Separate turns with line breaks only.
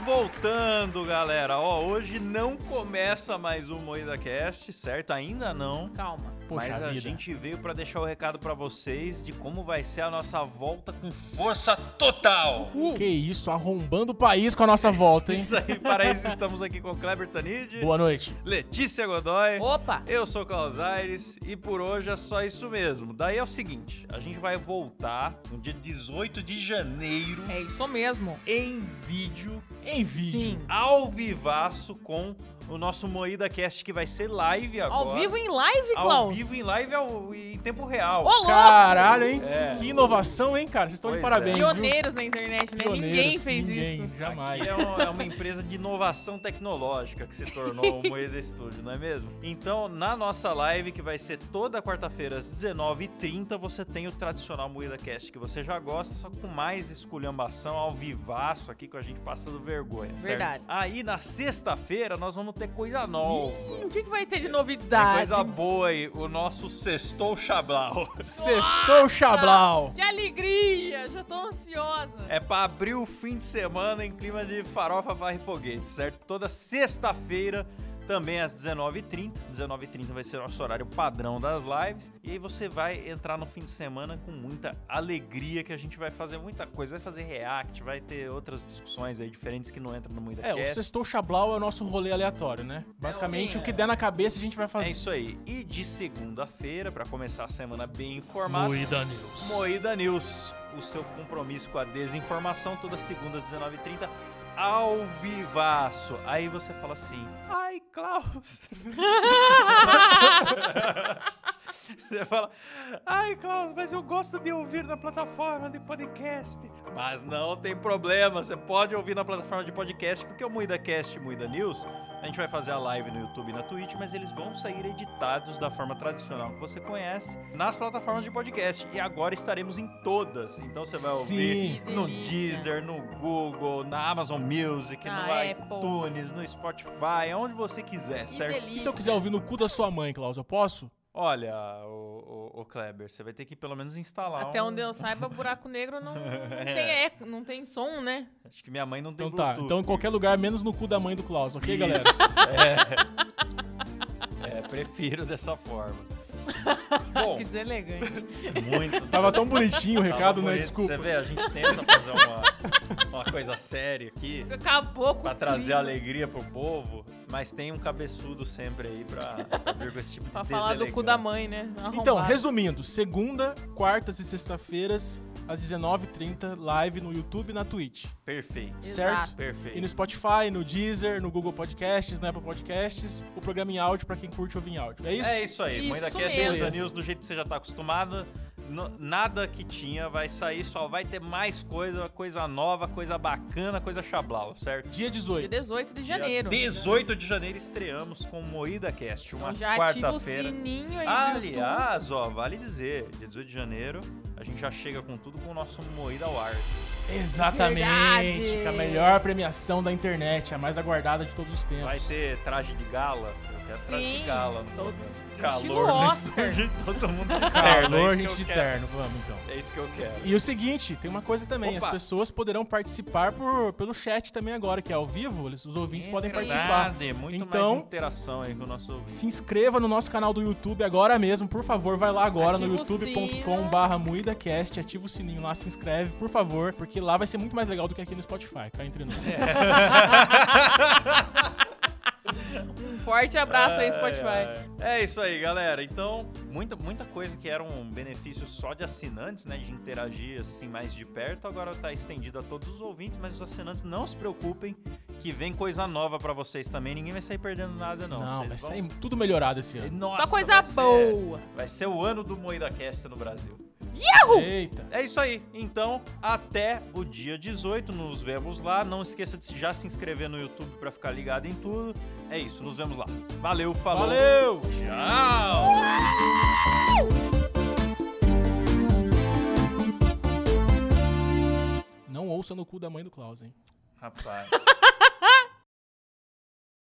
voltando, galera. Ó, hoje não começa mais um Moída Cast, certo? Ainda não.
Calma.
mas a gente veio pra deixar o recado pra vocês de como vai ser a nossa volta com força total.
Que isso, arrombando o país com a nossa volta, hein?
Isso aí, para isso estamos aqui com Kleber Tanid,
Boa noite.
Letícia Godoy.
Opa!
Eu sou o Klaus Aires e por hoje é só isso mesmo. Daí é o seguinte, a gente vai voltar no dia 18 de janeiro
É isso mesmo.
em vídeo
Em vídeo.
Sim.
ao vivaço com o nosso Moída Cast que vai ser live agora.
Ao vivo em live,
Ao
Klaus.
vivo em live ao- em tempo real.
Ô, louco!
Caralho, hein?
É.
Que inovação, hein, cara? Vocês estão de
Pois é.
parabéns. viu?
Pioneiros na internet, né?
Pioneiros.
Ninguém fez
Ninguém,
isso.
Jamais.
É, um- é uma empresa de inovação tecnológica que se tornou o Moeda Estúdio, não é mesmo? Então, na nossa live, que vai ser toda quarta-feira às 19h30, você tem o tradicional Moeda Cast que você já gosta, só com mais esculhambação ao vivaço aqui com a gente passando vergonha. certo?
Verdade.
Aí, na sexta-feira, nós vamos ter coisa nova.
Ih, Hum, O que, que vai ter de
Tem
novidade?
É coisa boa aí, o nosso Sextou Chablau.
Sextou Chablau.
Que alegria! Já tô ansiosa.
É pra abrir o fim de semana em clima de farofa, varre e foguete, certo? Toda sexta-feira, também às 19h30. 19h30 vai ser nosso horário padrão das lives. E aí você vai entrar no fim de semana com muita alegria, que a gente vai fazer muita coisa. Vai fazer react, vai ter outras discussões aí diferentes que não entram no Muita
É, o
Cast.
Sextou Chablau é o nosso rolê aleatório, né? Basicamente,
sim,
o que der na cabeça a gente vai
É
fazer.
isso aí. E de segunda-feira, pra começar a semana bem informado,
Moída News.
Moída News, o seu compromisso com a desinformação, toda segunda às 19h30, ao vivaço. Aí você fala assim, ai, Klaus. você fala, ai, Klaus, mas eu gosto de ouvir na plataforma de podcast. Mas não tem problema, você pode ouvir na plataforma de podcast, porque o Moída Cast e Moída News, a gente vai fazer a live no YouTube e na Twitch, mas eles vão sair editados da forma tradicional que você conhece nas plataformas de podcast. E agora estaremos em todas. Então você vai ouvir
Sim.
no
delícia.
Deezer, no Google, na Amazon Music, no
Na Apple.
iTunes, no Spotify, onde você quiser,
Que
certo?
delícia.
E se eu quiser ouvir no cu da sua mãe, Klaus, eu posso?
Olha, o, o- o Kleber, você vai ter que pelo menos instalar
Até
um-
onde eu saiba, buraco negro não, não tem
É.
eco, não tem som, né?
Acho que minha mãe não tem
Então tá.
Bluetooth.
Então em qualquer lugar, menos no cu da mãe do Klaus, ok,
Isso,
galera?
É. É, prefiro dessa forma. Bom,
Que deselegante.
muito.
Tava tão bonitinho o
Tava
recado, né?
bonito.
Desculpa.
Você vê, a gente tenta fazer uma, uma coisa séria aqui.
Acabou com
Pra
o
trazer
clima.
alegria pro povo, mas tem um cabeçudo sempre aí pra, pra vir com esse tipo de
Pra falar do cu da mãe, né?
Então,
Arrombado.
resumindo, segunda, quartas e sexta-feiras, às 19h30, live no YouTube e na Twitch.
Perfeito.
Exato.
Certo? E
Perfeito.
no Spotify, no Deezer, no Google Podcasts, na Apple Podcasts, o programa em áudio pra quem curte ouvir em áudio. É isso?
É isso aí.
Isso
Mãe da Cast e Moída
mesmo.
News do jeito que você já tá acostumado. no- nada que tinha vai sair, só vai ter mais coisa, coisa nova, coisa bacana, coisa chablau, certo?
Dia
Dia
18.
18 de janeiro.
Dia 18 de janeiro estreamos com Moída Cast, uma
Então já ativa o
quarta-feira. Ah,
sininho aí do YouTube.
Aliás, ó, vale dizer, dia 18 de janeiro, a gente já chega com tudo com o nosso Moída Awards.
Exatamente.
Verdade.
A melhor premiação da internet, a mais aguardada de todos os tempos.
Vai ter traje de gala? Eu quero traje de
Sim,
gala. no
todos-
programa.
estilo
Calor no
Oscar.
estúdio, todo mundo de terno. é
calor,
isso que
gente
eu
de
quero.
terno. Vamos então.
É isso que eu quero.
E o seguinte, tem uma coisa também,
Opa.
as pessoas poderão parparticipar por- pelo chat também agora, que é ao vivo, eles- os ouvintes podem
Exato.
participar.
é Verdade, Muito
Então-
mais interação aí com o nosso ouvinte.
Se inscreva no nosso canal do YouTube agora mesmo, por favor, vai lá agora no
Ativa o
youtube.com/barra muidacast, ativa o sininho lá, se inscreve, por favor, porque lá vai ser muito mais legal do que aqui no Spotify, cá entre nós.
Um forte abraço aí, Spotify.
É isso aí, galera. Então, muita, muita coisa que era um benefício só de assinantes, né? De interagir assim mais de perto, agora tá estendido a todos os ouvintes, mas os assinantes não se preocupem que vem coisa nova pra vocês também. Ninguém vai sair perdendo nada, não.
Não,
Vocês
vai
vão-
sair tudo melhorado esse ano.
Nossa,
Só coisa
vai ser-
boa.
Vai ser o ano do Moída Cast no Brasil.
Eita.
É isso aí. Então, até o dia 18, nos vemos lá. Não esqueça de já se inscrever no YouTube pra ficar ligado em tudo. É isso, nos vemos lá. Valeu, falou.
Valeu!
Tchau.
Não ouça no cu da mãe do Klaus, hein?
Rapaz.